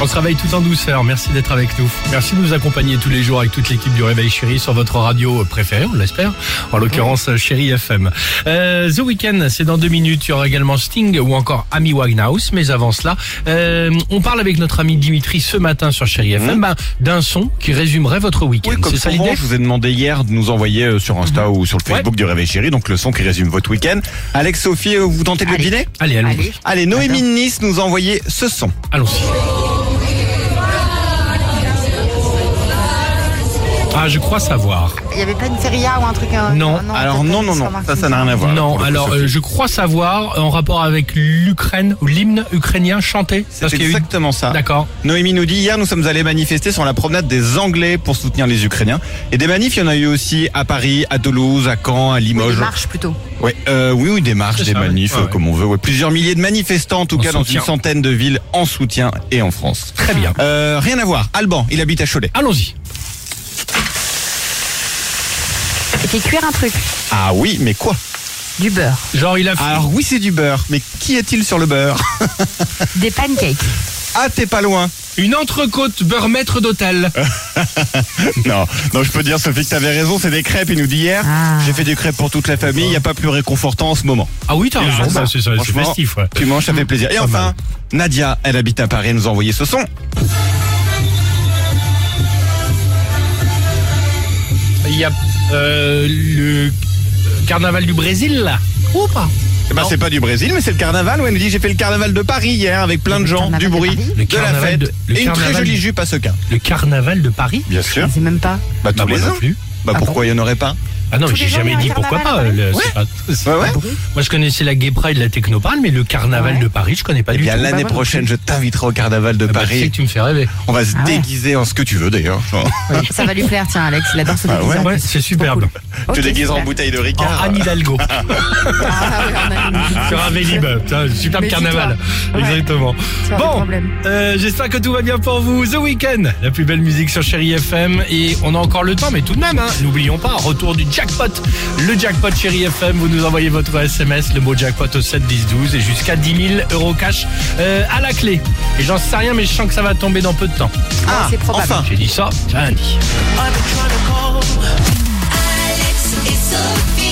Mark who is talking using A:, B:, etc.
A: On se réveille tout en douceur. Merci d'être avec nous. Merci de nous accompagner tous les jours avec toute l'équipe du Réveil Chéri sur votre radio préférée, on l'espère. En l'occurrence, Chéri FM. Euh, The Weeknd, c'est dans deux minutes. Il y aura également Sting ou encore Amy Winehouse. Mais avant cela, euh, on parle avec notre ami Dimitri ce matin sur Chéri FM ben, d'un son qui résumerait votre week-end.
B: Oui, comme
A: c'est ça
B: souvent,
A: l'idée
B: je vous ai demandé hier de nous envoyer euh, sur Insta ou sur le
A: Ouais.
B: Facebook du Réveil Chéri, donc le son qui résume votre week-end. Alex, Sophie, euh, vous tentez de le
C: Allez.
B: deviner
A: Allez, allons-y.
C: Allez.
B: Allez, Noémie de Nice nous a envoyé ce son.
A: Allons-y. Ah, je crois savoir.
C: Il n'y avait pas une série A ou un truc un-
A: Non,
C: un-
B: Alors
C: peut-être
B: non, non,
C: c'est
B: non,
C: pas Martin
B: ça, ça n'a rien à voir.
A: non,
B: Pour le coup,
A: alors
B: Sophie.
A: euh, je crois savoir euh, en rapport avec l'Ukraine ou l'hymne ukrainien chanté.
B: C'est
A: Parce qu'il y a eu-
B: exactement ça.
A: D'accord.
B: Noémie nous dit hier nous sommes allés manifester sur la promenade des Anglais pour soutenir les Ukrainiens. Et des manifs, il y en a eu aussi à Paris, à Toulouse, à Caen, à
C: Ou des
B: Limoges.
C: marches plutôt.
B: Ouais, euh, oui, oui, des marches,
A: C'est
B: des
A: ça, ouais. Ah
B: manifs,
A: Ouais,
B: euh,
A: ouais.
B: comme on veut. Ouais, plusieurs milliers de manifestants, en tout
A: En
B: cas, dans
A: soutien.
B: une centaine de villes en soutien et en France.
A: Très bien.
B: Euh, rien à voir. Alban, il habite à Cholet.
A: Allons-y.
C: Il fait cuire un truc.
B: Ah oui, mais quoi
C: Du beurre.
A: Genre, il a fait.
B: Alors oui, c'est du beurre, mais qui est-il sur le beurre
C: Des pancakes.
B: Ah, t'es pas loin.
A: Une entrecôte beurre maître d'hôtel.
B: Euh, Non, non, je peux dire Sophie que t'avais raison, c'est des crêpes. Il nous dit hier,
C: Ah.
B: j'ai fait des crêpes pour toute la famille. Il y a pas plus réconfortant en ce moment.
A: Ah oui, t'as raison.
B: bah,
A: ça, c'est ça, c'est
B: franchement,
A: festif, ouais. Mmh.
B: Tu manges, ça fait plaisir. Et
A: Pas
B: enfin,
A: mal.
B: Nadia, elle habite à Paris, elle nous a envoyé ce son.
A: Il y a euh, le carnaval du Brésil, là. Ou pas
B: Eh ben,
A: Non.
B: c'est pas du Brésil, mais c'est le carnaval. où elle nous dit j'ai fait le carnaval de Paris hier avec plein de
C: Le
B: gens,
C: carnaval
B: du
C: de
B: bruit,
C: Paris
A: Le
B: de la
A: carnaval
B: fête
A: de- le
B: et une très
A: carnaval
B: jolie
A: du-
B: jupe à Sequin.
A: Le carnaval de Paris
B: Bien sûr.
C: C'est même pas.
B: Bah,
A: Bah,
B: tous
A: moi
B: les
A: non
B: ans.
A: plus.
B: Bah,
C: Ah
B: pourquoi il y en aurait pas
A: Ah non,
C: Tous
A: j'ai
C: les
A: jamais
C: jours, il y
A: dit
C: a un
A: pourquoi pas.
C: carnaval à Paris.
A: le-
B: Ouais.
A: c'est pas- c'est
B: Ouais,
A: pas
B: ouais.
A: pour- Moi, je connaissais la Gay Pride, la Technopale, mais le carnaval
C: Ouais.
A: de Paris, je connais pas
B: Eh
A: du
B: bien,
A: tout.
B: l'année prochaine, je t'inviterai au carnaval de
A: Bah, tu sais
B: Paris.
A: que tu me fais rêver.
B: On va se
C: Ah ouais.
B: déguiser en ce que tu veux d'ailleurs.
C: Ça va lui plaire, tiens, Alex. Il adore ce
B: Ah ouais,
A: Ouais, ouais, c'est superbe.
B: Tu déguises en bouteille de
A: En
B: Ricard.
A: Anne Hidalgo.
C: bouteille.
A: Sur un Vélib, Putain, superbe
C: Méfie-toi.
A: carnaval.
C: Ah. Ouais.
A: Exactement.
C: Tu as des
A: Bon,
C: problèmes.
A: euh, j'espère que tout va bien pour vous. The Weekend, la plus belle musique sur Chéri FM. Et on a encore le temps, mais tout de même, hein, n'oublions pas, retour du jackpot. Le jackpot Chéri FM, vous nous envoyez votre SMS, le mot jackpot au 7 10 12 et jusqu'à 10 000 euros cash euh, à la clé. Et j'en sais rien, mais je sens que ça va tomber dans peu de temps.
C: Ah, c'est probable.
B: enfin.
A: J'ai dit ça lundi.
D: Alex et Sophie.